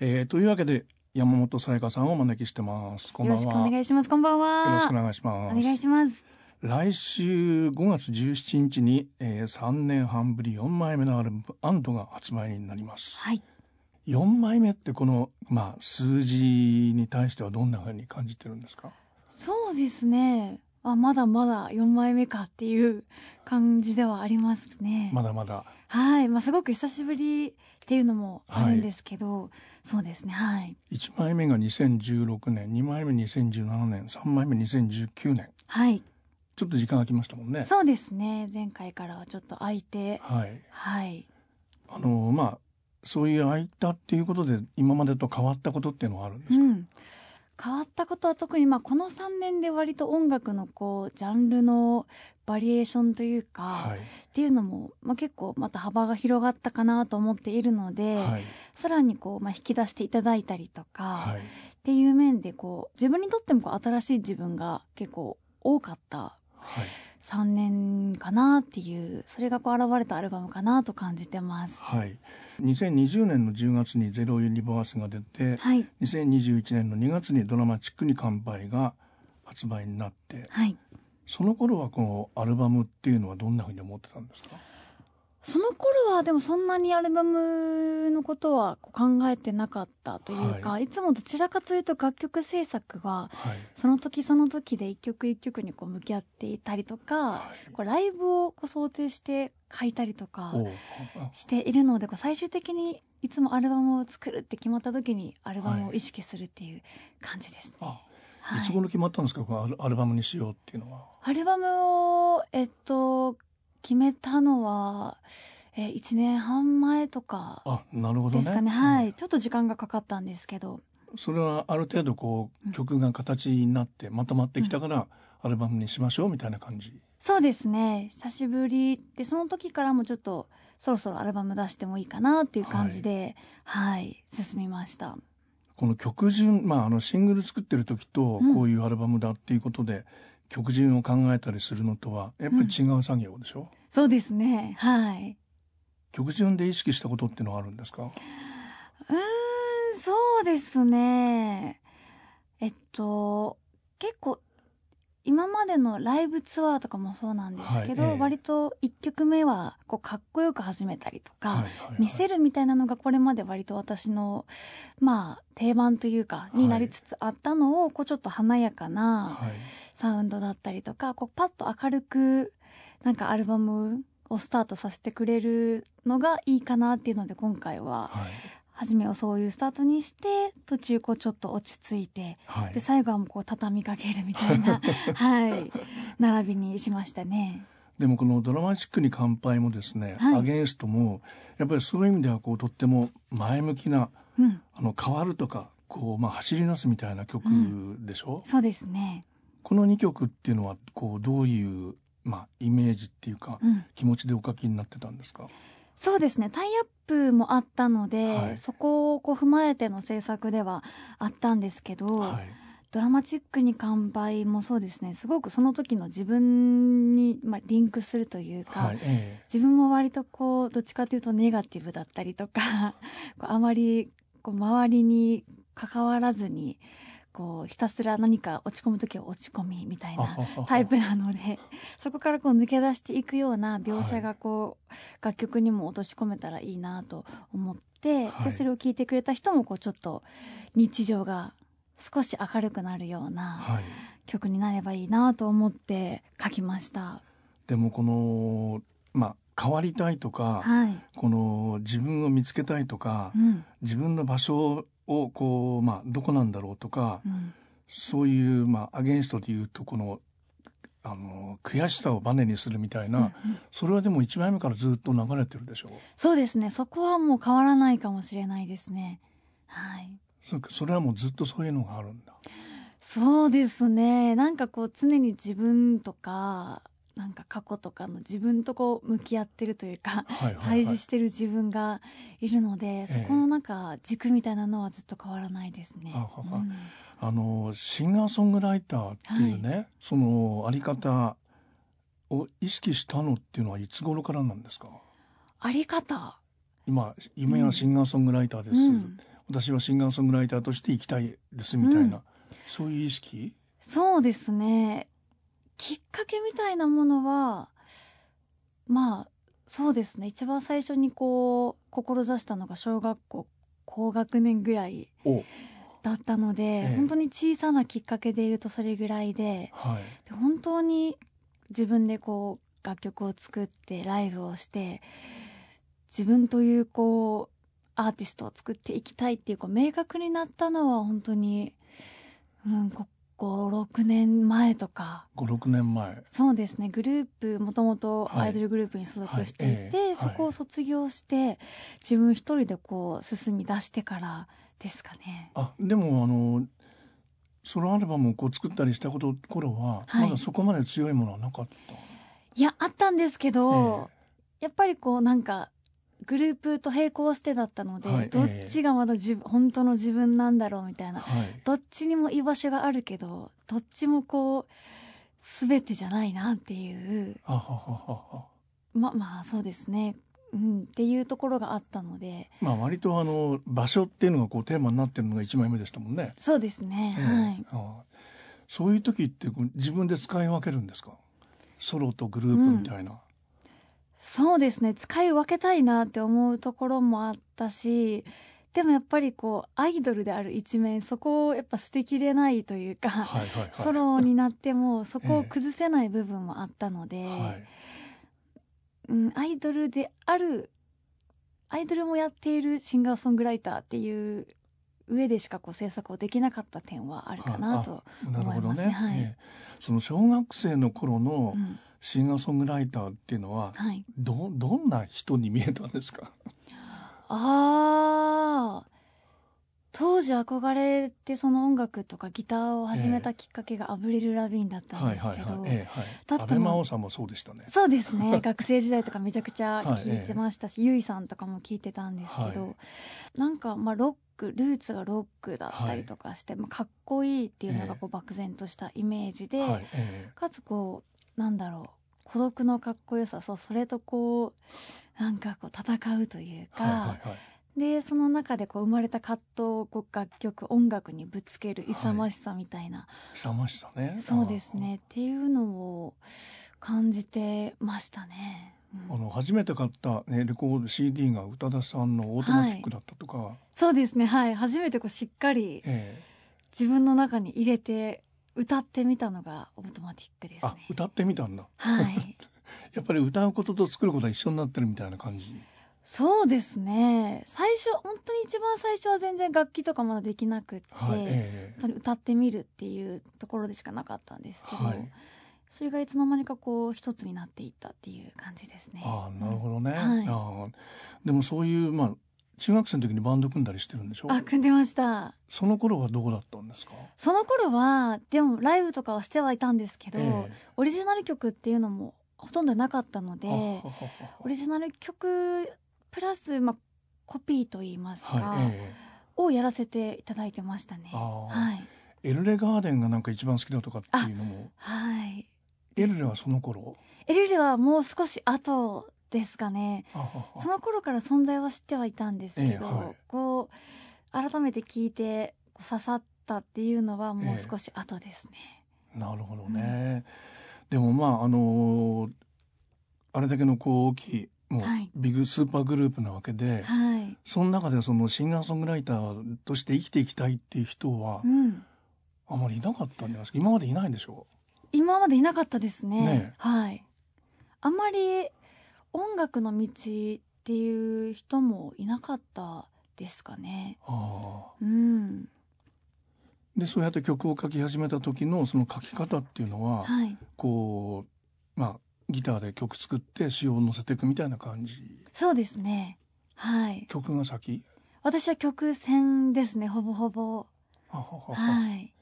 えー、というわけで山本さやかさんをお招きしてますこんよばんろしくおは願いします。こんばんは。よろしくお願いしますお願いします。来週5月17日に、えー、3年半ぶり4枚目のアルバム「アンド」が発売になります、はい。 4枚目ってこの、まあ、数字に対してはどんなふうに感じてるんですかそうですね。あ、まだまだ四枚目かっていう感じではありますね。まだまだはい。まあすごく久しぶりっていうのもあるんですけど、そうですね。はい。 1枚目が2016年2枚目2017年3枚目2019年はい。ちょっと時間がきましたもんね。そうですね。前回からはちょっと空いて、はい、はい。あのまあそういう空いたっていうことで今までと変わったことっていうのはあるんですうか、ん、変わったことは特に、まあ、この3年で割と音楽のこうジャンルのバリエーションというか、はいっていうのも、まあ、結構また幅が広がったかなと思っているので、はいさらにこう、まあ、引き出していただいたりとか、はいっていう面でこう自分にとってもこう新しい自分が結構多かったはい3年かなっていうそれがこう現れたアルバムかなと感じてます。はい、2020年の10月に「ゼロユニバース」が出てはい、 2021年の2月に「ドラマチックに乾杯」が発売になってはいその頃はこのアルバムっていうのはどんなふうに思ってたんですかその頃はでもそんなにアルバムのことはこう考えてなかったというか、、はいつもどちらかというと楽曲制作ははい、その時その時で一曲一曲にこう向き合っていたりとか、はい、こうライブをこう想定して書いたりとかおうあしているのでこう最終的にいつもアルバムを作るって決まった時にアルバムをはい意識するっていう感じですね。あはいいつ頃決まったんですかこのアルアルバムにしようっていうのは。アルバムを、えっと、決めたのは、えー、1年半前とかあなるほどね。ですかねはういんちょっと時間がかかったんですけどそれはある程度こううん曲が形になってまとまってきたからアルバムにしましょうみたいな感じ。そうですね久しぶりでその時からもちょっとそろそろアルバム出してもいいかなっていう感じではい、進みましたこの曲順、まあ、あのシングル作ってる時とうんこういうアルバムだっていうことで曲順を考えたりするのとはやっぱり違う作業でしょ、そうですねはい曲順で意識したことっていうのはあるんですかうーんそうですねえっと結構今までのライブツアーとかもそうなんですけど、はいええ割と1曲目はこうかっこよく始めたりとか、はいはいはい見せるみたいなのがこれまで割と私のまあ定番というかいになりつつあったのをこうちょっと華やかなはいサウンドだったりとかこうパッと明るくなんかアルバムをスタートさせてくれるのがいいかなっていうので今回ははい初めはそういうスタートにして途中こうちょっと落ち着いてはでい、最後はもうこう畳みかけるみた いなはい並びにしましたね。でもこの「ドラマチックに乾杯」もですね「はいアゲンスト」もやっぱりそういう意味ではこうとっても前向きなうん、あの変わるとかこう、まあ、走り出すみたいな曲でしょ、そうですね。この2曲っていうのはこうどういう、まあ、イメージっていうか、うん。気持ちでお書きになってたんですかそうですねタイアップもあったので、はいそこをこう踏まえての制作ではあったんですけど、はいドラマチックに乾杯もそうですねすごくその時の自分に、まあ、リンクするというか、はいえ自分も割とこうどっちかというとネガティブだったりとか こうあまりこう周りに関わらずにこうひたすら何か落ち込む時は落ち込みみたえいあなはははタイプなので そこからこう抜け出していくような描写がこう、楽曲にも落とし込めたらいいなと思って、はいでそれを聞いてくれた人もこうちょっと日常が少し明るくなるようなはい曲になればいいなと思って書きました。でもこのまあ変わりたいとか、はい、この自分を見つけたいとか、うん自分の場所をこうまあどこなんだろうとか、うんそういうまあアゲンストでいうとこのあの悔しさをバネにするみたいな、うんそれはでも1枚目からずっと流れてるでしょうそうですねそこはもう変わらないかもしれないですね。はいそそれはもうずっとそういうのがあるんだ。そうですねなんかこう常に自分とかなんか過去とかの自分とこう向き合ってるというかはいはい対はい峙、してる自分がいるので、そこのなんか軸みたいなのはずっと変わらないですね。あははうんあのシンガーソングライターっていうね、そのあり方を意識したのっていうのはいつ頃からなんですかあり方、今夢はシンガーソングライターです、うん私はシンガーソングライターとして生きたいですみたいな、うんそういう意識そうですねきっかけみたいなものはまあそうですね一番最初にこう志したのが小学校高学年ぐらいを、だったので、ええ本当に小さなきっかけで言うとそれぐらいではい、で本当に自分でこう楽曲を作ってライブをして自分というこうアーティストを作っていきたいっていうこう明確になったのは本当に、うん、ここ56年前とか56年前そうですねグループもともとはいアイドルグループに所属していて、はいええそこはをい卒業して、自分一人でこう進み出してからですかね。あでもあのソロアルバムをこう作ったりしたこと頃は、はいまだそこまで強いものはなかった、いやあったんですけえど、えやっぱりこうなんかグループと並行してだったので、はいどっちがまだ自分本当の自分なんだろうみたいなはいどっちにも居場所があるけどどっちもこう全てじゃないなっていうあははははままあそうですね、うん、っていうところがあったのでまあ割とあの場所っていうのがこうテーマになってるのが1枚目でしたもんね。そうですね、ええはい。ああそういう時ってこう自分で使い分けるんですかソロとグループみたいな。そうですね使い分けたいなって思うところもあったしでもやっぱりこうアイドルである一面そこをやっぱ捨てきれないというか、はいはいはい。ソロになってもそこを崩せない部分もあったので、はいうん、アイドルであるアイドルもやっているシンガーソングライターっていう上でしかこう制作をできなかった点はあるかなと、なるほ思いまどすねねはいええその小学生の頃のうんシンガーソングライターっていうのははい、どどんな人に見えたんですかあー当時憧れてその音楽とかギターを始めたきっかけがアブリル・ラビーンだったんはでいすはいけはいど。ええだはっい。安たの倍真央さんもそうでしたね。そうです ね学生時代とかめちゃくちゃ聞いてましたし、ゆいさんとかも聞いてたんですけど、はなんかまあロックルーツがロックだったりとかして、まあ、かっこいいっていうのがこう漠然としたイメージで、はいえかつこうなんだろう孤独のかっこよさそうそれとこうなんかこう戦うというえか、はいはいはい。でその中でこう生まれた葛藤をこう楽曲音楽にぶつける勇ましさみたいな、勇ましさね。そうですねっていうのを感じてましたね。うんあの初めて買った、ね、レコード CD が宇多田さんのオートマティックだったとか、そうですねはい初めてこうしっかりえ自分の中に入れて歌ってみたのがオートマティックでえすあね。歌ってみたんだはい、やっぱり歌うことと作ることは一緒になってるみたいな感じそうですね最初本当に一番最初は全然楽器とかまだできなくって、はい、本ええ当に歌ってみるっていうところでしかなかったんですけど、はいそれがいつの間にかこう一つになっていったっていう感じですね。ああなるほどね、はいああでもそういうまあ中学生の時にバンド組んだりしてるんでしょあ組んでましたその頃はどうだったんですか、その頃はでもライブとかはしてはいたんですけど、ええオリジナル曲っていうのもほとんどなかったのであはははオリジナル曲プラス、まあ、コピーといいますか、はいええをやらせていただいてましたね。あーはい、エルレガーデンがなんか一番好きだとかっていうのもはい、エルレはその頃エルレはもう少し後ですかねあははその頃から存在は知ってはいたんですけど、ええはいこう改めて聞いてこう刺さったっていうのはもうええ少し後ですね。なるほどね。でもまああのーあれだけのこう大きいもうはいビッグスーパーグループなわけで、はい、その中でそのシンガーソングライターとして生きていきたいっていう人はうんあまりいなかったんじゃないですか。今までいないんでしょ今までいなかったですねねえはいあんまり音楽の道っていう人もいなかったですかねう。ああ。うんでそうやって曲を書き始めた時のその書き方っていうのは、はいこうまあギターで曲作って詞を載せていくみたいな感じ。そうですねはい曲が先。私は曲線ですねほぼほぼあははははい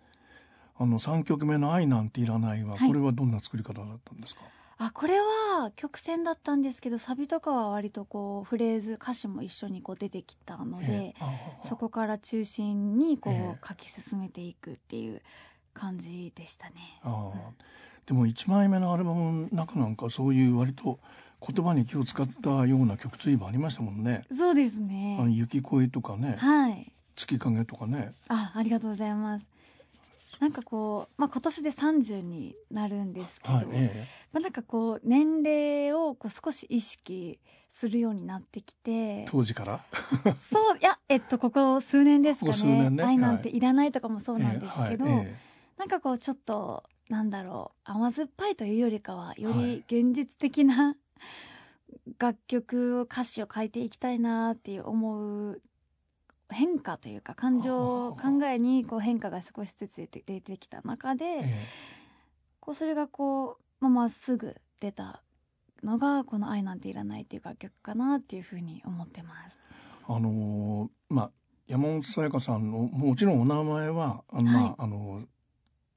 あの三曲目の愛なんていらないは、はいこれはどんな作り方だったんですか。あこれは曲線だったんですけどサビとかは割とこうフレーズ歌詞も一緒にこう出てきたのでええ、あははそこから中心にこえう書き進めていくっていう感じでしたね、ああでも1枚目のアルバムの中なんかそういう割と言葉に気を使ったような曲追もありましたもんね。そうですあのね。雪恋とかね、はい。月影とかねあありがとうございますなんかこう、まあ、今年で30になるんですけど、はい、えまあ、なんかこう年齢をこう少し意識するようになってきえて当時からそういやえっとここ数年ですかここ数ね年ね愛なんていらないとかもそうなんですけど、ええはいえなんかこうちょっとなんだろう甘酸っぱいというよりかはよはりい現実的な 楽曲を歌詞を書いていきたいなっていう思う変化というか感は情考あはあえにこう変化が少しずつ出て出てきた中で、ええこうそれがこうまあまっすぐ出たのがこの「愛なんていらない」っていう楽曲かなっていうふうに思ってます。あのーまあ山本さやかさんのもちろんお名前はあの、まあはいあのー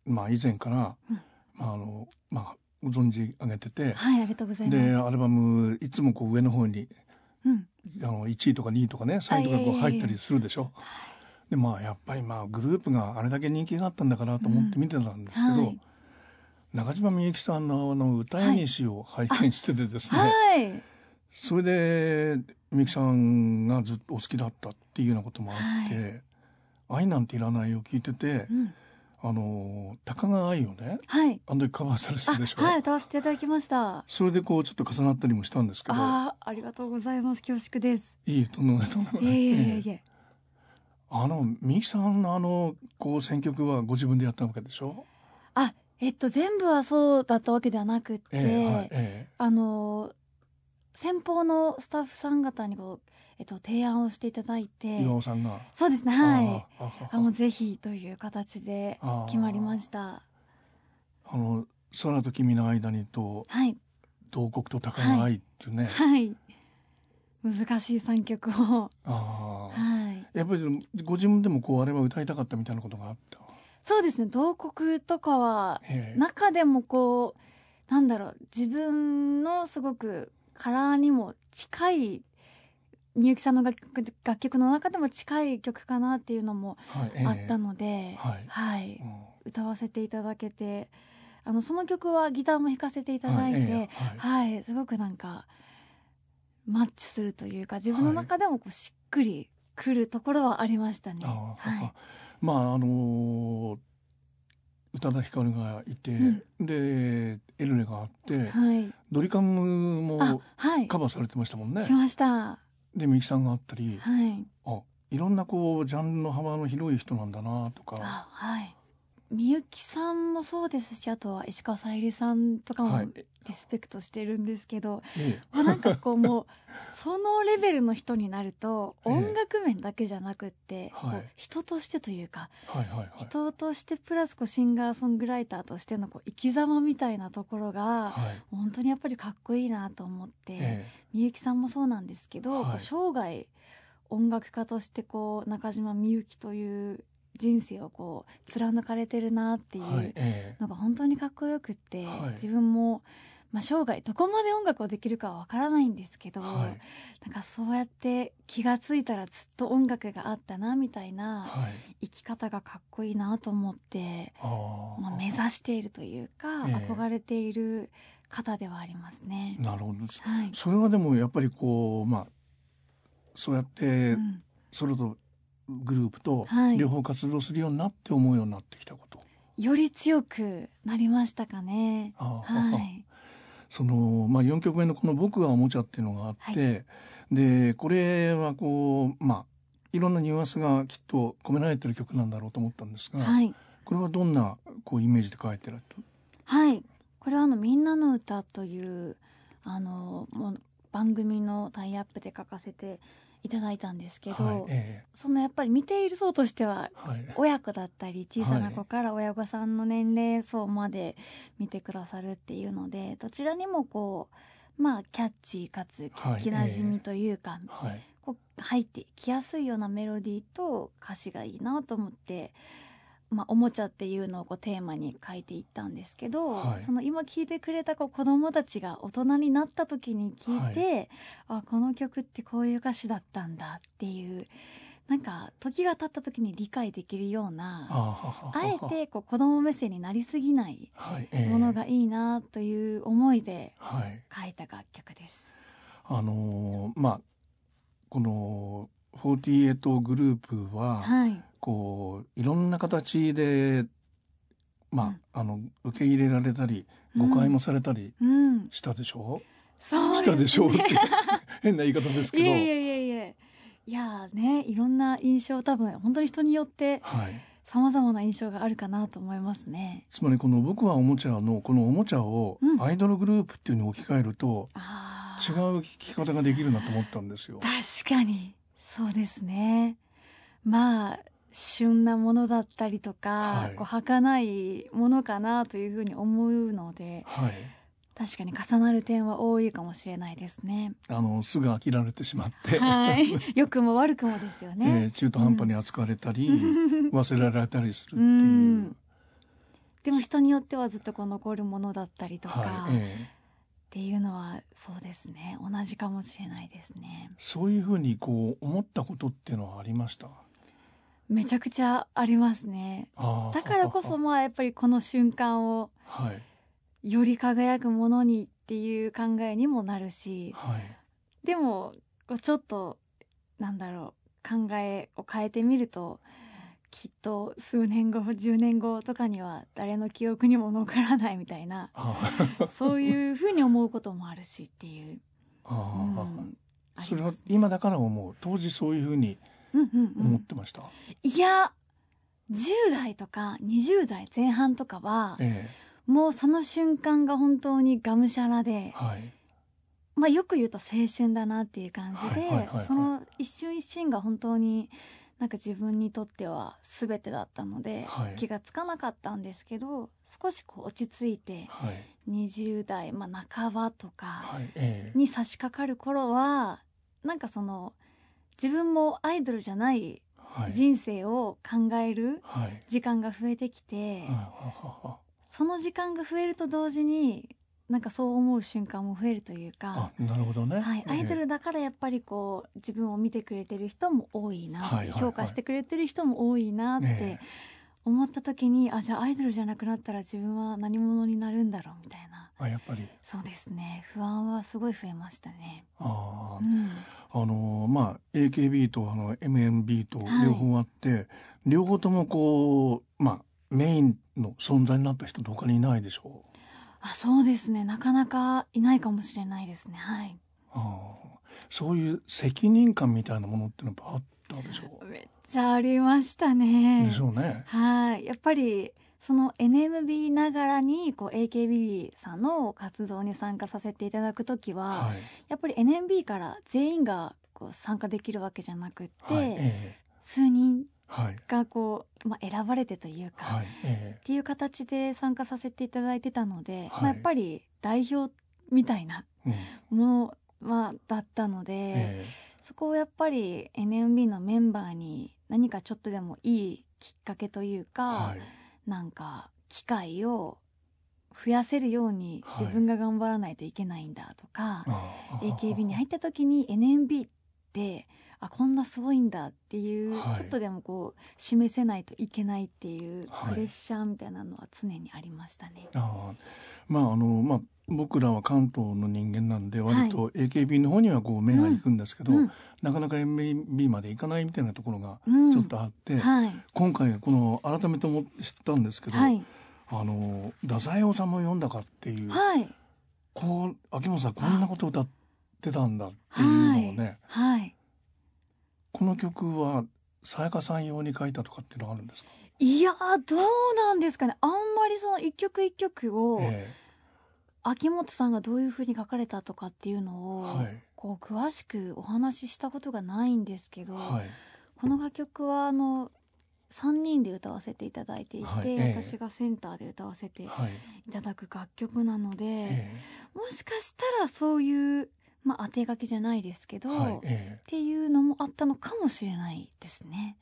まあ以前から、うんまああのまあご存じ上げてて、はいありがとうございでます。アルバムいつもこう上の方にうん、あの1位とか2位とかね3位とかこうあいえいえいえ入ったりするでしょ。でまあやっぱりまあグループがあれだけ人気があったんだからと思って見てたんですけど、うんはい中島みゆきさんのあの歌いにしを拝見しててですね、はい、それでみゆきさんがずっとお好きだったっていうようなこともあって「愛なんていらない」を聞いててうん、あの高川愛をねはい。あの時カバーされてあたでしょ、はい歌わせていただきました。それでこうちょっと重なったりもしたんですけどあーありがとうございます恐縮です。いいとんでもないとんでもいなえいいえいええいええ。あのみゆきさんのあのこう選曲はご自分でやったわけでしょあえっと全部はそうだったわけではなくって、ええはいえあの先方のスタッフさん方にこうえっと提案をしていただいえて、岩尾さんがそうですねはい。ああああもうぜひという形でああ決まりました。あの空と君の間にとはい慟国と高川愛っていうね、はい。難しい三曲をああはい。やっぱりでもご自分でもこうあれは歌いたかったみたいなことがあった。そうですね同国とかはええ中でもこうなんだろう自分のすごくカラーにも近いみゆきさんの楽曲楽曲の中でも近い曲かなっていうのもはい、ええあったので、はいはいうん歌わせていただけてあのその曲はギターも弾かせていただいはて、はいええはいすごくなんかマッチするというか自分の中でもこうしっくりくるところはありましたね。ああはい、まああのー宇多田ヒカルがいて、うんでエルレがあって、はい、ドリカムあもはいカバーされてましたもんねし。ました。でみゆきさんがあったり、はいあいろんなこうジャンルの幅の広い人なんだなとか。あはいみゆきさんもそうですしあとは石川さゆりさんとかもはい。えリスペクトしてるんですけど、えまあなんかこうもう そのレベルの人になるとええ音楽面だけじゃなくって、こうはい人としてというか、はいはいはい。人としてプラスこうシンガーソングライターとしてのこう生き様みたいなところが、はい。本当にやっぱりかっこいいなと思って。えみゆきさんもそうなんですけど、はいこう生涯音楽家としてこう中島みゆきという人生をこう貫かれてるなってえいはい。うええのが本当にかっこよくって、はい自分も、まあ、生涯どこまで音楽をできるかはわからないんですけど、はい。なんかそうやって気がついたらずっと音楽があったなみたいなはい。生き方がかっこいいなと思って、ああ。まあ、目指しているというか、ええ憧れている方ではありますね。なるほど。はい、それはでもやっぱりこうまあそうやってうんそれとグループとはい両方活動するようになって思うようになってきたこと、より強くなりましたかね。ああはい。その、まあ、4曲目のこの「僕はおもちゃ」っていうのがあって、でこれはこうまあいろんなニュアンスがきっと込められてる曲なんだろうと思ったんですが、はい。これはどんなこうイメージで書いてるとはい。これはあの、みんなの歌という、あの、もう番組のタイアップで書かせていただいたんですけど、はいえそのやっぱり見ている層としては、えはい親子だったり小さな子から親御さんの年齢層まで見てくださるっていうのでどちらにもこうまあキャッチーかつ聞きなじみというか、はいこう入ってきやすいようなメロディーと歌詞がいいなと思って、まあ、おもちゃっていうのをこうテーマに書いていったんですけど、はいその今聴いてくれたこう子どもたちが大人になった時に聴いて、あこの曲ってこういう歌詞だったんだっていうなんか時が経った時に理解できるようなああえてこう子ども目線になりすぎないはいええものがいいなという思いではい書いた楽曲です。あのーまあこの48グループは、はい。こういろんな形でまあ,、あの受け入れられたり誤解もされたりうん。したでしょ、そうしたでしょうってね変な言い方ですけいど。やいやいやいや。いやーね、いろんな印象多分本当に人によってはい、様々な印象があるかなと思いますね。つまりこの「僕はおもちゃ」のこのおもちゃをうんアイドルグループっていうのに置き換えるとああ。違う聞き方ができるなと思ったんですよ。確かにそうですねまあ旬なものだったりとか、はいこう儚いものかなというふうに思うのではい、確かに重なる点は多いかもしれないですね。あのすぐ飽きられてしまって、 はい、 良くも悪くもですよえね ー。中途半端に扱われたり、忘れられたりするってう。いうん でも人によってはずっとこう残るものだったりとか、はいえーっていうのはそうですね同じかもしれないですね。そういうふうにこう思ったことっていうのはありましためちゃくちゃありますね。あーだからこ そまあやっぱりこの瞬間をはいより輝くものにっていう考えにもなるしはいでもこうちょっとなんだろう考えを変えてみるときっと数年後10年後とかには誰の記憶にも残らないみた いなあーそういうふうに思うこともあるしっていう。あー、うんありそれまはすね今だから思う当時そういうふうにうんうんうん思ってました、いや10代とか20代前半とかはえもうその瞬間が本当にがむしゃらでえはいまあ、よく言うと青春だなっていう感じはで、いはいはいはいその一瞬一瞬が本当になんか自分にとっては全てだったので、はい気がつかなかったんですけど少しこう落ち着いてはい20代、まあ、半ばとかはいええに差し掛かる頃はなんかその自分もアイドルじゃないはい人生を考えるはい時間が増えてきて、はいあその時間が増えると同時になんかそう思う瞬間も増えるというか。あなるほどねはい、ええアイドルだからやっぱりこう自分を見てくれてる人も多いな、はいはいはい評価してくれてる人も多いなってえ思った時に、あじゃあアイドルじゃなくなったら自分は何者になるんだろうみたいなあやっぱりそうですね不安はすごい増えましたね。あうんああのーまあ AKB とあの MMB とはい両方あって、両方ともこうまあメインの存在になった人と他にいないでしょうあそうですねなかなかいないかもしれないですねはいああそういう責任感みたいなものってのがあったでしょう、めっちゃありましたねでしょうねはいやっぱりその NMB ながらにこう AKB さんの活動に参加させていただく時は、はいやっぱり NMB から全員がこう参加できるわけじゃなくって、はいええ数人はいがこう、まあ、選ばれてというか、はっいえていう形で参加させていただいてたので、はいまあ、やっぱり代表みたいなえうんものはだったので、ええそこをやっぱり NMB のメンバーに何かちょっとでもいいきっかけというか、はいなんか機会を増やせるようにはい自分が頑張らないといけないんだとか。ああ AKB に入った時に NMB ってあこんなすごいんだっていう、はいちょっとでもこう示せないといけないっていうはいプレッシャーみたいなのは常にありましたね。ああまああのまあ僕らは関東の人間なんで割と AKB の方にはこう目が行くんですけど、うんなかなか MB まで行かないみたいなところがうんちょっとあって、はい、今回この改めても知ったんですけど、はい、あの太宰治を読んだかっていう、はい、こう秋元さんこんなこと歌ってたんだっていうのをね、はい、この曲はさやかさん用に書いたとかっていうのはあるんですか、いやーどうなんですかねあんまりその一曲一曲をえ秋元さんがどういうふうに書かれたとかっていうえのを、はいこう詳しくお話ししたことがないんですけど、はいこの楽曲はあの3人で歌わせていただいていて、はいええ私がセンターで歌わせていはい、ただく楽曲なので、えもしかしたらそういう、まあ、当て書きじゃないですけえど、はいっええていうのもあったのかもしれないですね。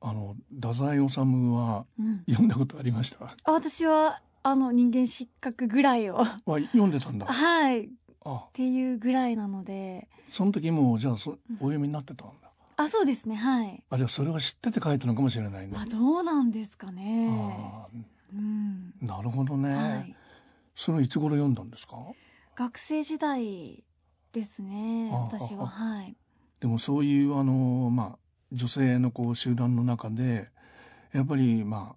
あの太宰治はうん、読んだことありました。 あ私はあの人間失格ぐらいをは読んでたんだ。はいっあ、ていうぐらいなのでその時もうじゃあそお読みになってたんだ。あそうですねはい、あ、じゃあそれを知ってて書いたのかもしれないねまあ、。どうなんですかね。あうんー、なるほどね。はいそれをいつ頃読んだんですか。学生時代ですねああ私あはあはいでもそういうあの、まあ、女性のこう集団の中でやっぱり、ま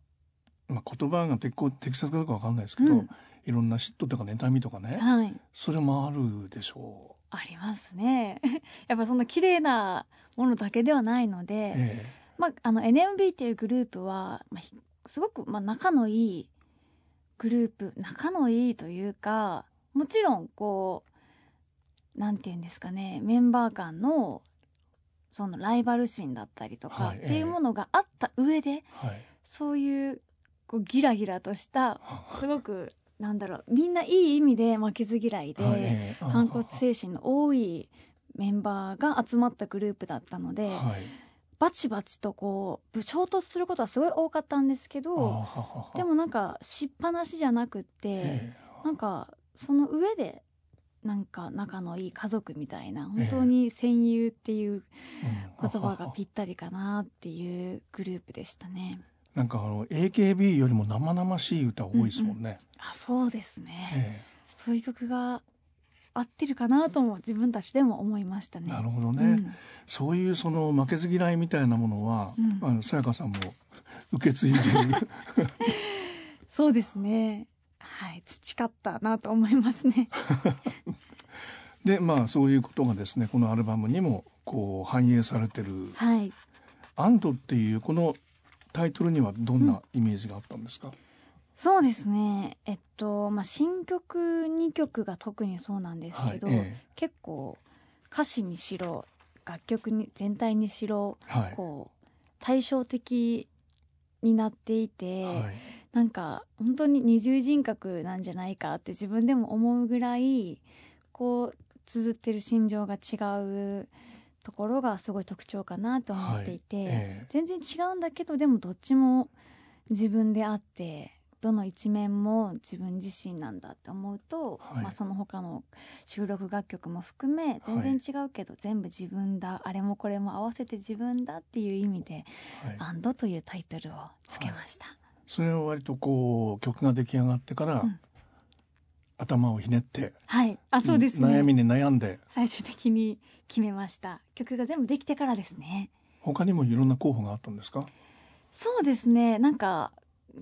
あ、まあ言葉が適効適切かどうかわかんないですけど、うんいろんな嫉妬とか妬みとかね、はいそれもあるでしょありますね やっぱその綺麗なものだけではないので、う。えまあ、あの NMB っていうグループは、まあ、ひすごく、まあ、仲のいいグループ仲のいいというかもちろんこうなんていうんですかねメンバー間のそのライバル心だったりとかはっいていうものがあった上で、えはい。そういうこうギラギラとしたは すごくなんだろうみんないい意味で負けず嫌いで、はいええ反骨精神の多いメンバーが集まったグループだったので。はい。バチバチとこうぶ衝突することはすごい多かったんですけあはどははでもなんかしっぱなしじゃなくって、えなんかその上でなんか仲のいい家族みたいなえ本当に戦友っていうえうん言葉がぴったりかなっていうグループでしたね。なんかあの AKB よりも生々しい歌多いですもんね。あそうですね、えそういう曲が合ってるかなとも自分たちでも思いましたえね。なるほどね、うんそういうその負けず嫌いみたいなものはうん、あのさやかさんも受け継いでる。 そうですねはい培ったなと思いま すね。で、まあそういうことがですね、このアルバムにもこう反映されてる。はいアンドっていうこのタイトルにはどんなイメージがあったんですか。そうですね。えっと、まあ、新曲2曲が特にそうなんですはけい。ど、ええ結構歌詞にしろ楽曲に全体にしろはい。こう対照的になっていて、はい。なんか本当に二重人格なんじゃないかって自分でも思うぐらいこう綴ってる心情が違うところがすごい特徴かなと思っていて。え全然違うんだけどでもどっちも自分であってどの一面も自分自身なんだって思うと、はいまあ、その他の収録楽曲も含め全然違うけど、全部自分だあれもこれも合わせて自分だっていう意味でえは「い。アンド」というタイトルをつけました。それは割とこう曲が出来上がってから、うん頭をひねって、はい、あそうですね悩みに悩んで最終的に決めました曲が全部できてからですね。他にもいろんな候補があったんですか。そうですねなんか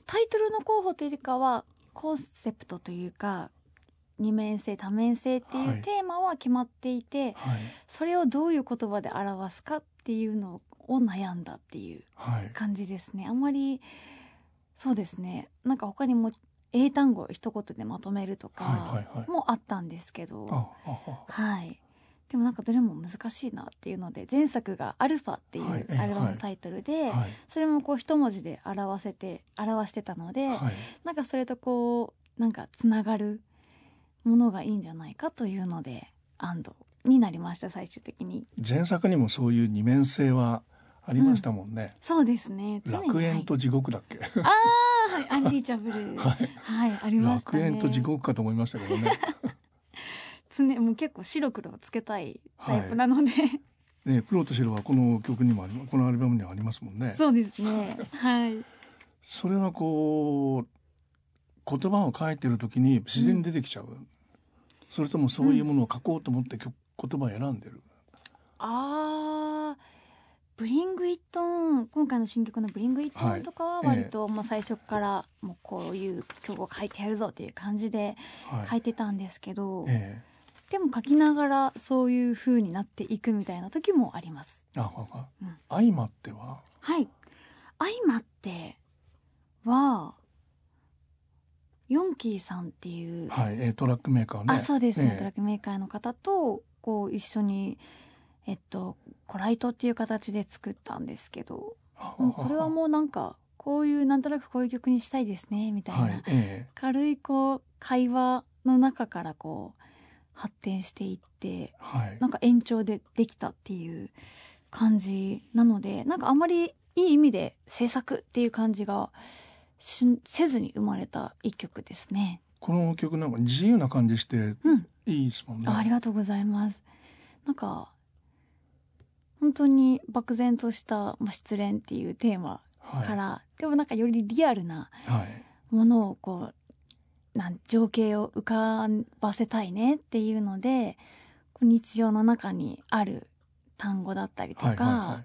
タイトルの候補というよりかはコンセプトというか二面性多面性っていはういテーマは決まっていて、はい。それをどういう言葉で表すかっていうのを悩んだっていうはい。感じですねあんまりそうですねなんか他にも英単語を一言でまとめるとはかいはいはいもあったんですけど、あああはい。でもなんかどれも難しいなっていうので前作が「アルファっていはいうええアルバムはいのタイトルで、あはい。それもこう一文字で表せて表してたので、はい。なんかそれとこうなんかつながるものがいいんじゃないかというので安堵になりました最終的に前作にもそういう二面性はありましたもんね。そうですね常に楽園と地獄だっけ。はい、はい、アンリーチャブ ルははいい、ありました楽ね園と地獄かと思いましたけどね。常もう結構白黒つけたいタイプなので、ね、黒と白はこの曲にもあり、このアルバムにはありますもんね。 そうですねはいそれはこう言葉を書いてる時に自然に出てきちゃう、それともそういうものを書こうと思って曲言葉を選んでる、あーブリングイットン今回の新曲の「ブリングイットはンいとかは割ともう最初からもうこういう曲を書いてやるぞっていう感じではい書いてたんですけど、えでも書きながらそういう風になっていくみたいな時もあります。えあああうん相まってははい相まってはヨンキーさんっていう、はい、ええトラックメーカーねあそうですね、ええトラックメーカーの方とこう一緒に、えっと、コライトっていう形で作ったんですけどああもうこれはもうなんかこういうなんとなくこういう曲にしたいですねみたいな、はいええ軽いこう会話の中からこう発展していってはいなんか延長でできたっていう感じなのでなんかあまりいい意味で制作っていう感じがしせずに生まれた一曲ですね。この曲なんか自由な感じしてうんいいですもんね、あありがとうございます。なんか本当に漠然としたまあ失恋っていうテーマはいから、でもなんかよりリアルなはいものをこうなん情景を浮かばせたいねっていうのでこう日常の中にある単語だったりとはいはいはか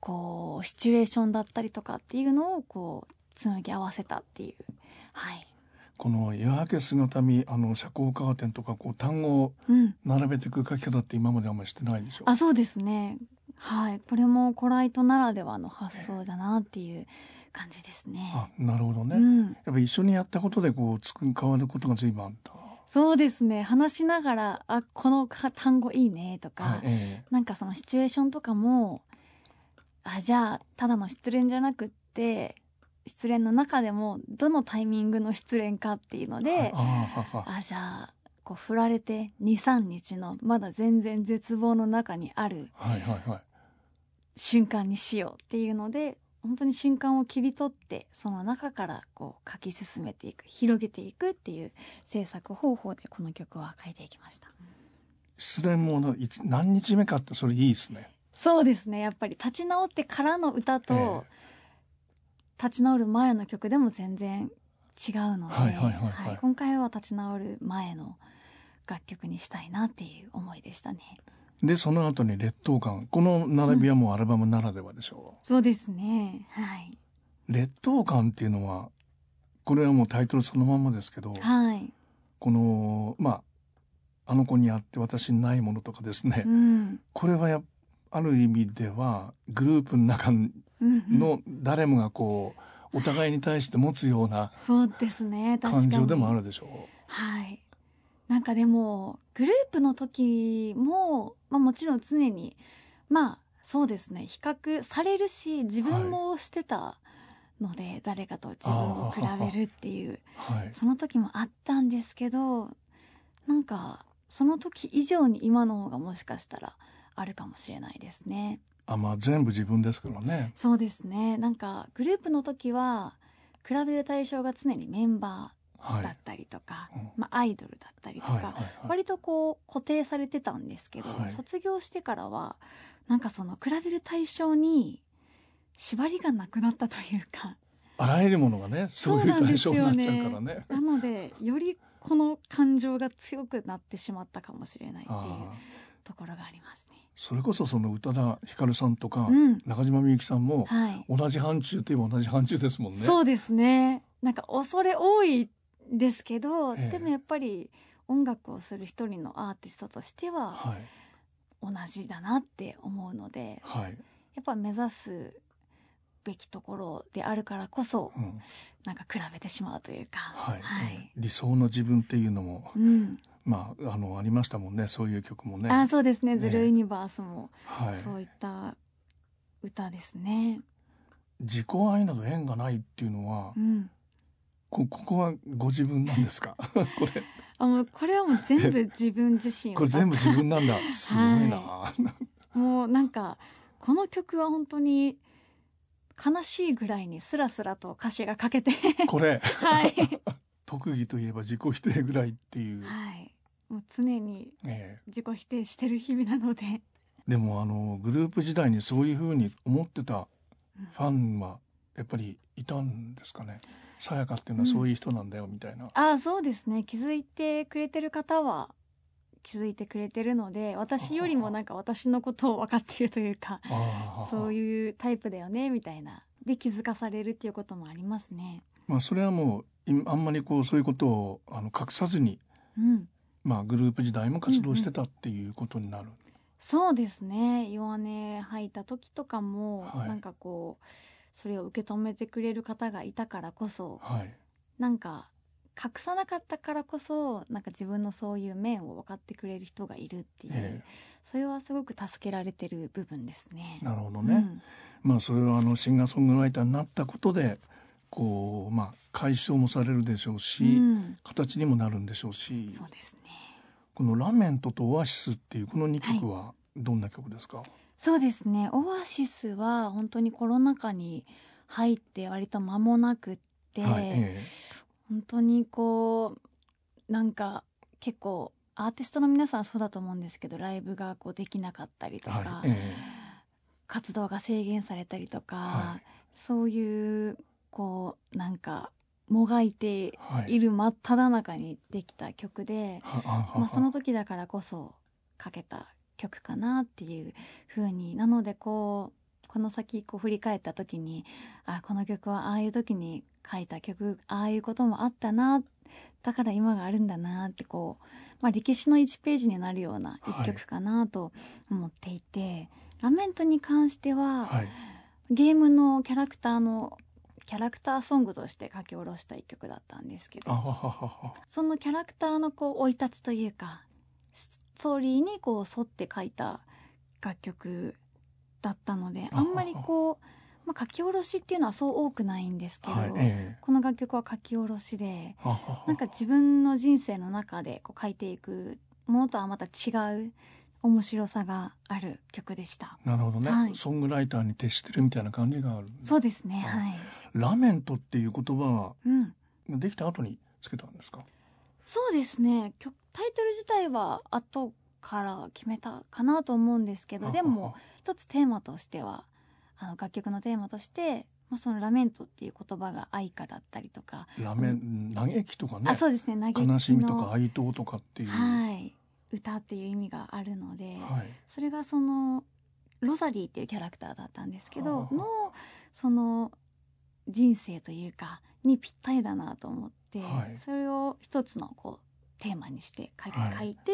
こうシチュエーションだったりとかっていうのをこう紡ぎ合わせたっていうはい、い、この夜明け姿見あの遮光カーテンとかこう単語をうん、並べていく書き方って今まであんまりしてないでしょあそうですねはいこれもコライトならではの発想だなっていう感じですね。あなるほどね、うやっんぱ一緒にやったことでこうつく変わることが随分あった、そうですね話しながら「あこのか単語いいね」とか、はいえなんかそのシチュエーションとかもあじゃあただの失恋じゃなくって失恋の中でもどのタイミングの失恋かっていうのえであははあじゃあこう振られて23日のまだ全然絶望の中にあるはいはいはい瞬間にしようっていうので本当に瞬間を切り取ってその中からこう書き進めていく広げていくっていう制作方法でこの曲は書いていきました。失恋もないつ何日目かってそれいいですねそうですねやっぱり立ち直ってからの歌と、ええ立ち直る前の曲でも全然違うので、はいはいはいはいはい今回は立ち直る前の楽曲にしたいなっていう思いでしたね。でその後に劣等感この並びはもうアルバムならではでしょそうですね。はい。う、劣等感っていうのはこれはもうタイトルそのまんまですけど、はい。このまああの子にあって私にないものとかですね、うん。これはやある意味ではグループの中うんうん、の誰もがこうお互いに対して持つようなそうですね。確かに。感情でもあるでしょう。はい。なんかでもグループの時も、まあ、もちろん常にまあそうですね比較されるし自分もしてたので、誰かと自分を比べるっていうはい、その時もあったんですけどなんかその時以上に今の方がもしかしたらあるかもしれないですね。あまあ全部自分ですけどね。そうですねなんかグループの時は比べる対象が常にメンバはーい。だったりとか、うんまあ、アイドルだったりとか、はいはいはい。割とこう固定されてたんですけど、はい卒業してからはなんかその比べる対象に縛りがなくなったという かあらゆるものがねそういう対象になっちゃうからね。なのでよりこの感情が強くなってしまったかもしれないっていうああところがありますね。それこそその宇多田ヒカルさんとか、うん、中島みゆきさんもはい、同じ範疇といえば同じ範疇ですもんね。そうですねなんか恐れ多いですけど、ええでもやっぱり音楽をする一人のアーティストとしてははい同じだなって思うのではい。やっぱ目指すべきところであるからこそうんなんか比べてしまうというかはい、理想の自分っていうのも、うんまあ、あの、ありましたもんね、そういう曲もね。あそうですね「ねズルユニバース」もはい。そういった歌です ね。自己愛など縁がないっていうのはう、んこ、ここはご自分なんです か。これ、あもうこれはもう全部自分自身をこれ全部自分なんだ。すごいな。もうなんかこの曲は本当に悲しいぐらいにスラスラと歌詞が 書けてこれ、はい、特技といえば自己否定ぐらいっていう。はい、もう常にえ自己否定してる日々なのでえでも、あの、グループ時代にそういうふうに思ってたうんファンは、やっぱりいたんですかね。さやかっていうのはそういう人なんだよみたいな。あそうですね気づいてくれてる方は気づいてくれてるので私よりもなんか私のことを分かってるというかああそういうタイプだよねみたいなで気づかされるっていうこともありますね。まあ、それはもう今あんまりこうそういうことをあの隠さずに、うん、まあ、グループ時代も活動してたっていうことになる、そうですね弱音吐いた時とかも、はいなんかこうそれを受け止めてくれる方がいたからこそはいなんか隠さなかったからこそなんか自分のそういう面を分かってくれる人がいるっていう、えそれはすごく助けられてる部分ですね。えなるほどね、まあ、それはあのシンガーソングライターになったことでこう、まあ、解消もされるでしょうし、うんうん形にもなるんでしょうしそうですね。この「ラメント」と「オアシス」っていうこの2曲はどんな曲ですか、そうですね。オアシスは本当にコロナ禍に入って割と間もなくって、はいえ本当にこうなんか結構アーティストの皆さんそうだと思うんですけど、ライブがこうできなかったりえとか、はいえ活動が制限されたりとか、はそういうこうなんかもがいてえはいる真っ只中にできた曲で、はははまあ、その時だからこそかけた曲かなっていうふうになのでこうこの先こう振り返った時にあこの曲はああいう時に書いた曲ああいうこともあったなだから今があるんだなってこう、まあ、歴史の1ページになるような一曲かなと思っていて、ラメントに関しては、はい、ゲームのキャラクターのキャラクターソングとして書き下ろした一曲だったんですけあはどはははそのキャラクターのこう生い立ちというかストーリーにこう沿って書いた楽曲だったのであはあはんまりこう、まあ、書き下ろしっていうのはそう多くないんですけど、はいええこの楽曲は書き下ろしであははなんか自分の人生の中でこう書いていくものとはまた違う面白さがある曲でした。なるほどね、はいソングライターに徹してるみたいな感じがあるそうですね、あはい、ラメントっていう言葉うんはできた後につけたんですかそうですね曲タイトル自体は後から決めたかなと思うんですけどでも一つテーマとしてはあの楽曲のテーマとして、まあ、その「ラメント」っていう言葉が愛歌だったりとか、ラメン嘆きとかねあそうですね嘆きの悲しみとか哀悼とかっていうはい、歌っていう意味があるので、はいそれがそのロザリーっていうキャラクターだったんですけどはあのその人生というかにぴったりだなと思って、はいそれを一つのこうテーマにして書いて,、はい書いて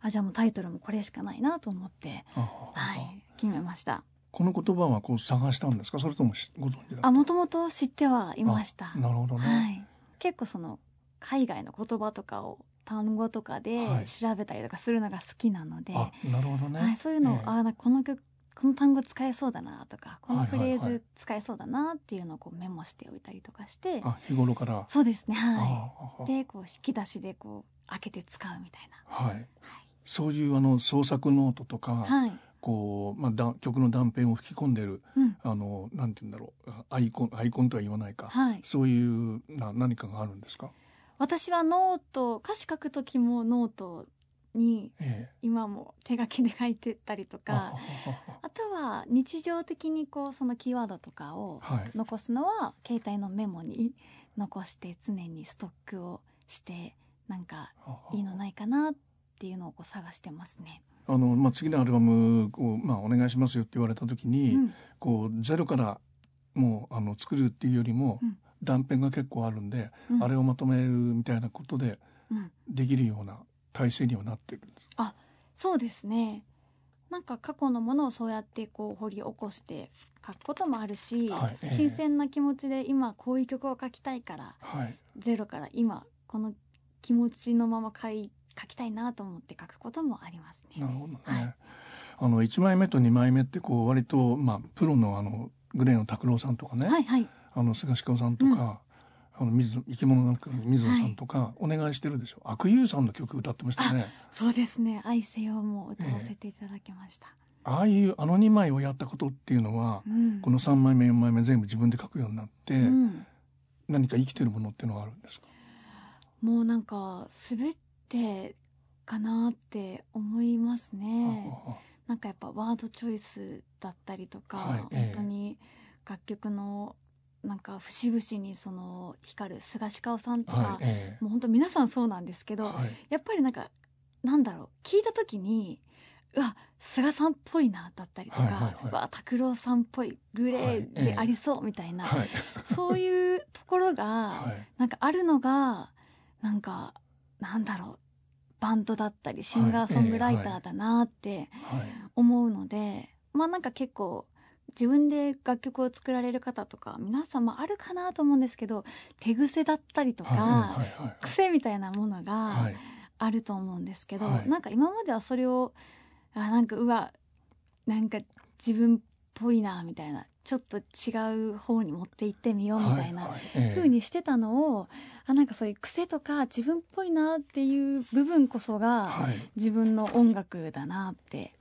あじゃあもうタイトルもこれしかないなと思って、あははは、はい決めましたこの言葉はこう探したんですかそれともしご存知だったあもともと知ってはいました、なるほどね、はい、結構その海外の言葉とかを単語とかではい調べたりとかするのが好きなので、あなるほどね、はい、そういうのを、ええあなんかこの曲この単語使えそうだなとかこのはいフはいはレいーズ使えそうだなっていうのをこうメモしておいたりとかして、あ日頃からそうですねはあああいでこう引き出しでこう開けて使うみたいなはいはい、そういうあの創作ノートとか、はいこうまあだ曲の断片を吹き込んでるうんあのなんて言うんだろうアイコンアイコンとは言わないか、はい、そういうな何かがあるんですか。私はノート歌詞書く時もノートにええ今も手書きで書いてたりとかああとは日常的にこうそのキーワードとかをはい。残すのは携帯のメモに残して常にストックをしてなんかいいのないかなっていうのをこう探してますね。あのまあ次のアルバムをまあお願いしますよって言われた時に、うんこうゼロからもうあの作るっていうよりもうん断片が結構あるんで、うんあれをまとめるみたいなことでうんできるような体制にはなってるんです。そうですねなんか過去のものをそうやってこう掘り起こして書くこともあるし、はいええ新鮮な気持ちで今こういう曲を書きたいからはい。ゼロから今この気持ちのまま書い書きたいなと思って書くこともありますなるね。ほどね。はいあの一枚目と二枚目ってこう割とまあプロのあのグレーの拓郎さんとかね、はいはいあの菅鹿さんとか、あの水野生き物学の水野さんとかお願いしてるでしょ。悪友さんの曲歌ってましたね。そうですね「愛せよ」も歌わせていただきました。ああいうあの二枚をやったことっていうのは、うんこの三枚目四枚目全部自分で書くようになって、うん何か生きてるものっていうのはあるんですか。もうなんか滑ってかなって思いますね。ああなんかやっぱワードチョイスだったりとか、はい本当に楽曲のなんか節々にその光る菅氏顔さんとか、はい、えもう本当皆さんそうなんですけえど、はい、やっぱりなんかなんだろう聞いた時にうわ菅さんっぽいなだったりとか、はいはいはいうわ拓郎さんっぽいグレはいーええでありそうみたいな、はい、そういうところが、はい、なんかあるのがなんかなんだろうバンドだったりシンガーソングライターだなってはい、思うので、まあなんか結構自分で楽曲を作られる方とか皆さんもあるかなと思うんですけど手癖だったりとか、はい、はい、はい、癖みたいなものはがい、あると思うんですけど、はいなんか今まではそれをあなんかうわなんか自分っぽいなみたいなちょっと違う方に持って行ってみようみたいなはい、ええふうにしてたのをあなんかそういう癖とか自分っぽいなっていう部分こそがはい、自分の音楽だなって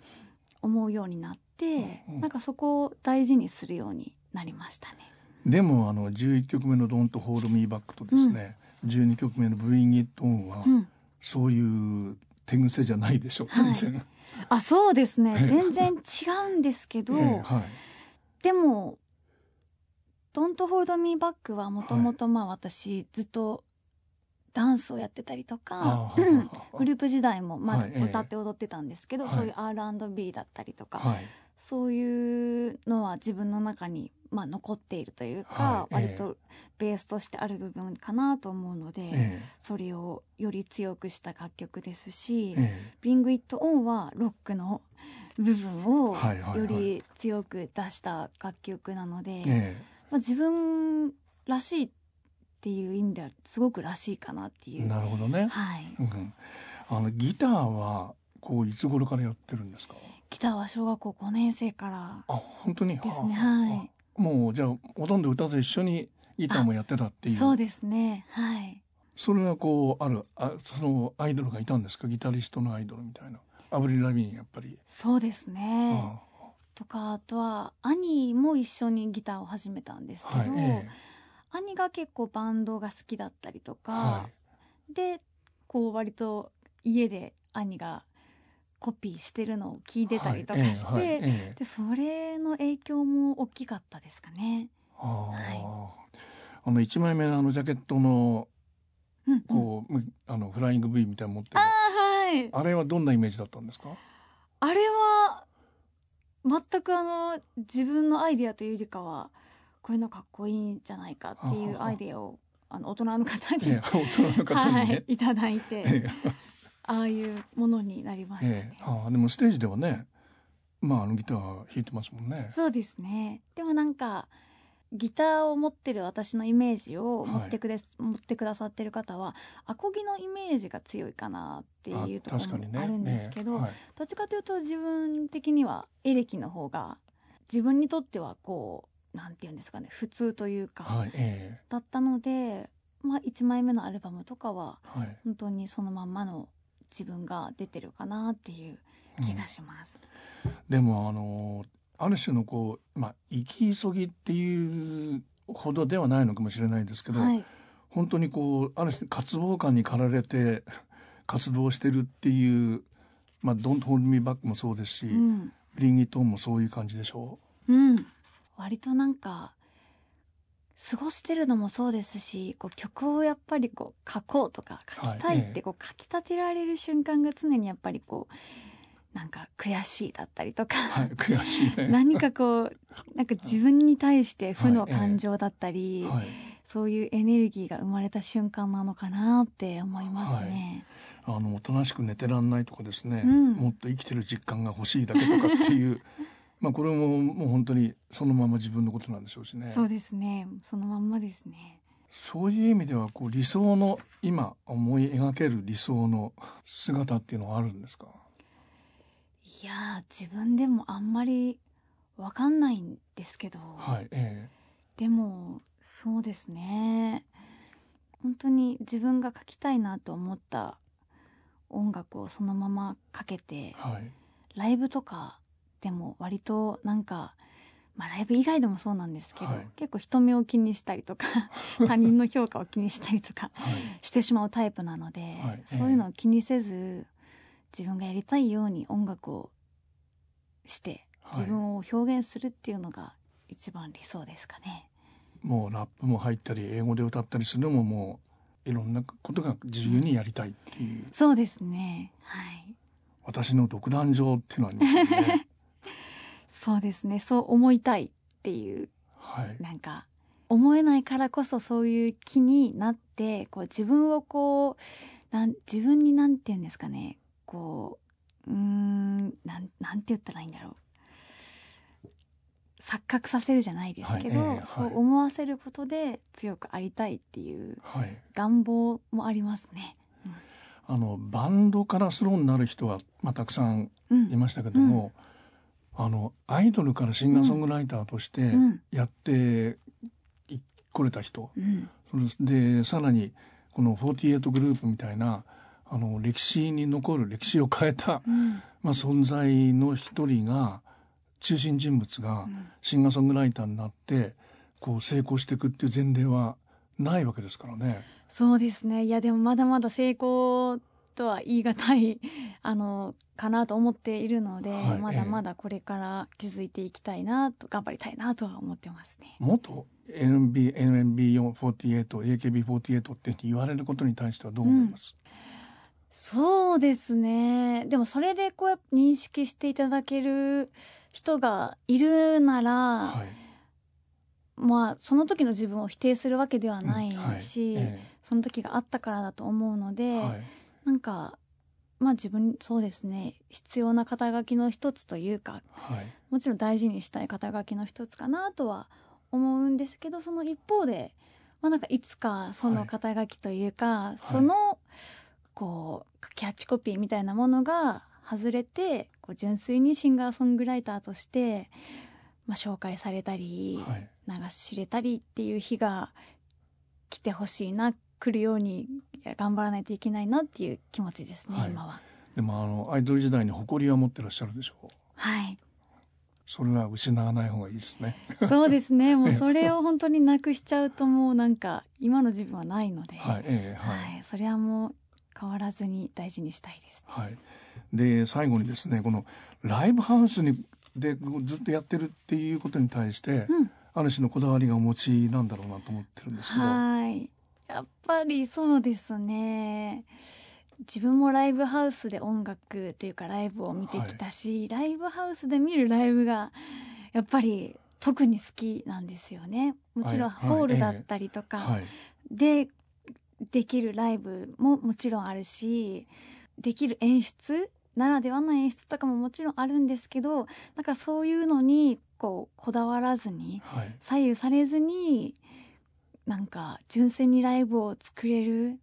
思うようになって、うんうんなんかそこを大事にするようになりましたね。でもあの11曲目の「ドンとホールミーバックとですね、12曲目の「ブリンギットオンはうん、そういう手癖じゃないでしょう、はい全然。あそうですねええ全然違うんですけど、ええはいでも「Don't Hold Me Back」はもともとまあ私ずっとダンスをやってたりとかあーはははグループ時代もまはあいええ歌って踊ってたんですけど、はいそういう R&B だったりとか、はいそういうのは自分の中に、まあ、残っているというかは、いええ割とベースとしてある部分かなと思うので、えそれをより強くした楽曲ですしええ Bring It On はロックの部分をはいはいはいより強く出した楽曲なので、ええまあ、自分らしいっていう意味ではすごくらしいかなっていえう。なるほどね、はい、うん、あのギターはこういつ頃からやってるんですかギターは小学校5年生からあ本当にですねああはいあもうじゃあほとんど歌と一緒にギターもやってたっていうそうですねはいそれはこうあるあそのアイドルがいたんですかギタリストのアイドルみたいなアブリル・ラビーンやっぱり、そうですね、あとかあとは兄も一緒にギターを始めたんですけあはいど、え兄が結構バンドが好きだったりとか、えはいでこう割と家で兄がコピーしてるのを聞いてたりとかして、はいええはいええでそれの影響も大きかったですかね。あああの一枚目のあのジャケットのうんうんこう、むあのフライング V みたいなの持ってるああはいあれはどんなイメージだったんですかあれは全くあの自分のアイデアというよりかはこういうのかっこいいんじゃないかっていうアイデアをあの大人の方に、ええ大人の方にはね、い、いただいて、ええああいうものになりましたえねえ、。ああでもステージではねまああのギター弾いてますもんね。そうですね。でもなんかギターを持ってる私のイメージを持ってくです、持ってくださってる方はアコギのイメージが強いかなってあいうとこ確かろにねもあるんですけど、ええはいどっちかというと自分的にはエレキの方が自分にとってはこうなんて言うんですかね普通というか、はいえだったので、まあ1枚目のアルバムとかはえはい本当にそのまんまの自分が出てるかなっていううん気がします。でもあのある種のこうまあ生き急ぎっていうほどではないのかもしれないですけど、はい、本当にこうある種渇望感に駆られて活動してるっていうまあ「Don't Hold Me Back」もそうですし「うんリンギトーン」もそういう感じでしょうん、割となんか過ごしてるのもそうですしこう曲をやっぱりこう書こうとか書きたいはっいええてこう書き立てられる瞬間が常にやっぱりこうなんか悔しいだったりとか、う。はい、悔し いね。何かこうなんか自分に対して負のはいええ感情だったり、はい、そういうエネルギーが生まれた瞬間なのかなって思いますね。あのおとなしく寝てらんないとかですね、うんもっと生きてる実感が欲しいだけとかっていう まあこれももう本当にそのまま自分のことなんでしょうしねそうですねそのまんまですね。そういう意味ではこう理想の今思い描ける理想の姿っていうのはあるんですかいやー自分でもあんまりわかんないんですけど、はいえでもそうですね本当に自分が書きたいなと思った音楽をそのままかけえてはいライブとかでも割となんか、まあ、ライブ以外でもそうなんですけど、はい結構人目を気にしたり とか他人の評価を気にしたりとかはいしてしまうタイプなので、はいそういうのを気にせず自分がやりたいように音楽をしてはい自分を表現するっていうのが一番理想ですかね。もうラップも入ったり英語で歌ったりするのももういろんなことが自由にやりたいっていうそうですね。はい。私の独壇場っていうのはありますよねそうですね。そう思いたいっていう、はいなんか、思えないからこそそういう気になって、こう自分をこう、なん、自分になんて言うんですかね。こう、うーん、なん、なんて言ったらいいんだろう。錯覚させるじゃないですけど、はいええそうはい思わせることで強くありたいっていうはい願望もありますね。あのバンドからスローになる人は、まあ、たくさんうん。いましたけども、あのアイドルからシンガーソングライターとしてうん。やっていこれた人、うん。でさらにこの48グループみたいなあの歴史に残る歴史を変えた、うん。まあ、存在の一人が中心人物がうんシンガーソングライターになってこう成功していくっていう前例はないわけですからね。そうですね。いや、でもまだまだ成功とは言い難い あのかなと思っているので、はいまだまだこれから気づいていきたいなと頑張りたいなとは思ってますね。元 NB、NMB48、AKB48 って言われることに対してはどう思います、そうですねでもそれでこう認識していただける人がいるなら、はい。まあその時の自分を否定するわけではないうんはいし、えその時があったからだと思うので、えはいなんかまあ自分そうですね必要な肩書きの一つというかはいもちろん大事にしたい肩書きの一つかなとは思うんですけどその一方で、まあ、なんかいつかそはのい肩書きというか、そのこうキャッチコピーみたいなものが外れてこう純粋にシンガーソングライターとして、まあ、紹介されたり、はい流し入れたりっていう日が来てほしいな来るようにいや頑張らないといけないなっていう気持ちですね、はい今は。でもあのアイドル時代に誇りは持ってらっしゃるでしょう。はい、それは失わない方がいいですね。 そうですねもうそれを本当になくしちゃうともうなんか今の自分はないので、はい、ええはいはいそれはもう変わらずに大事にしたいですね。はい、で最後にですねこのライブハウスにでずっとやってるっていうことに対して、うん、ある種のこだわりがお持ちなんだろうなと思ってるんですけど、はいやっぱりそうですね自分もライブハウスで音楽というかライブを見てきたし、ライブハウスで見るライブがやっぱり特に好きなんですよねもちろんはいはいホールだったりとか、はいでできるライブももちろんあるしできる演出ならではの演出とかももちろんあるんですけどなんかそういうのにこうこだわらずにはい左右されずになんか純粋にライブを作れる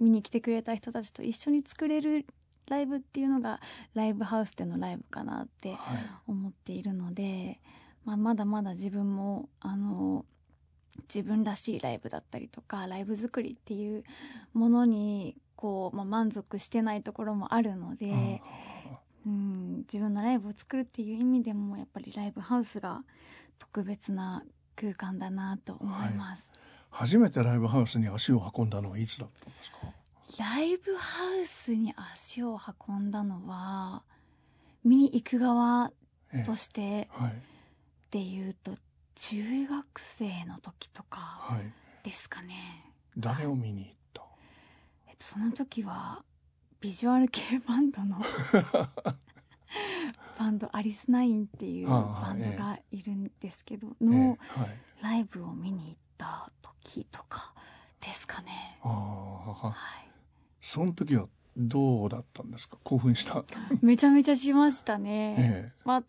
見に来てくれた人たちと一緒に作れるライブっていうのがライブハウスでのライブかなってはい思っているので、まあ、まだまだ自分もあの自分らしいライブだったりとかライブ作りっていうものにこう、まあ、満足してないところもあるのうんで、うん、自分のライブを作るっていう意味でもやっぱりライブハウスが特別な空間だなと思います。初めてライブハウスに足を運んだのはいつだったんですか。ライブハウスに足を運んだのは見に行く側ええとしてはいっていうと中学生の時とかはいですかね、誰を見に行った。えっと、その時はビジュアル系バン ドのバンドアリスナインっていうああバンドがいるんですけどええのはいライブを見に行った時とかですかねああはははいその時はどうだったんですか興奮した。めちゃめちゃしましたね、えまあ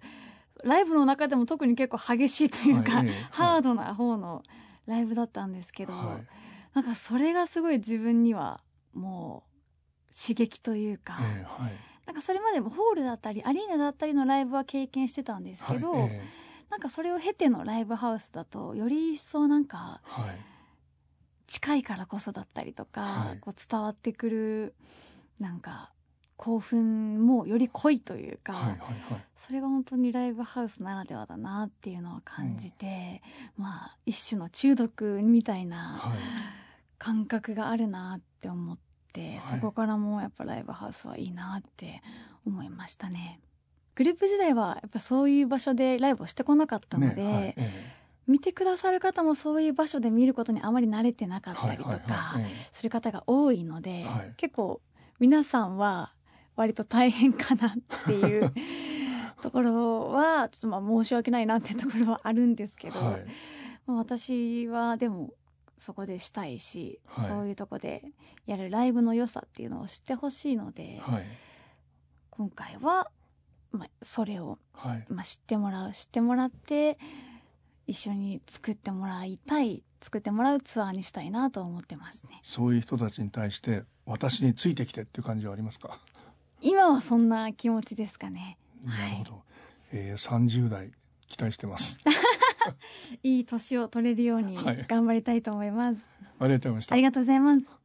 ライブの中でも特に結構激しいとえいうか、はいええハードな方のライブだったんですけど、はいなんかそれがすごい自分にはもう刺激というか、ええはいなんかそれまでもホールだったりアリーナだったりのライブは経験してたんですけど、はいええなんかそれを経てのライブハウスだとより一層なんかはい近いからこそだったりとか、はいこう伝わってくるなんか興奮もより濃いというか、はいはいはいそれが本当にライブハウスならではだなっていうのは感じて、まあ一種の中毒みたいなはい。感覚があるなって思っはて、いそこからもうやっぱライブハウスはいいなって思いましたね。グループ時代はやっぱそういう場所でライブをしてこなかったので、ねはいえ見てくださる方もそういう場所で見ることにあまり慣れてなかえったりとはいはいはかいえする方が多いので、はい結構皆さんは割と大変かなっていうところはちょっとまあ申し訳ないなってところはあるんですえけど、はいまあ私はでもそこでしたいし、はいそういうとこでやるライブの良さっていうのを知ってほしいので、はい今回は、まあ、それを、はいまあ、知ってもらう知ってもらって一緒に作ってもらいたい作ってもらうツアーにしたいなと思ってますねそういう人たちに対して私についてきてっていう感じはありますか。今はそんな気持ちですかねはないるほど。ええ三十代期待して ます。いい年を取れるようにはい頑張りたいと思います、ありがとうございましたあ。りがとうございます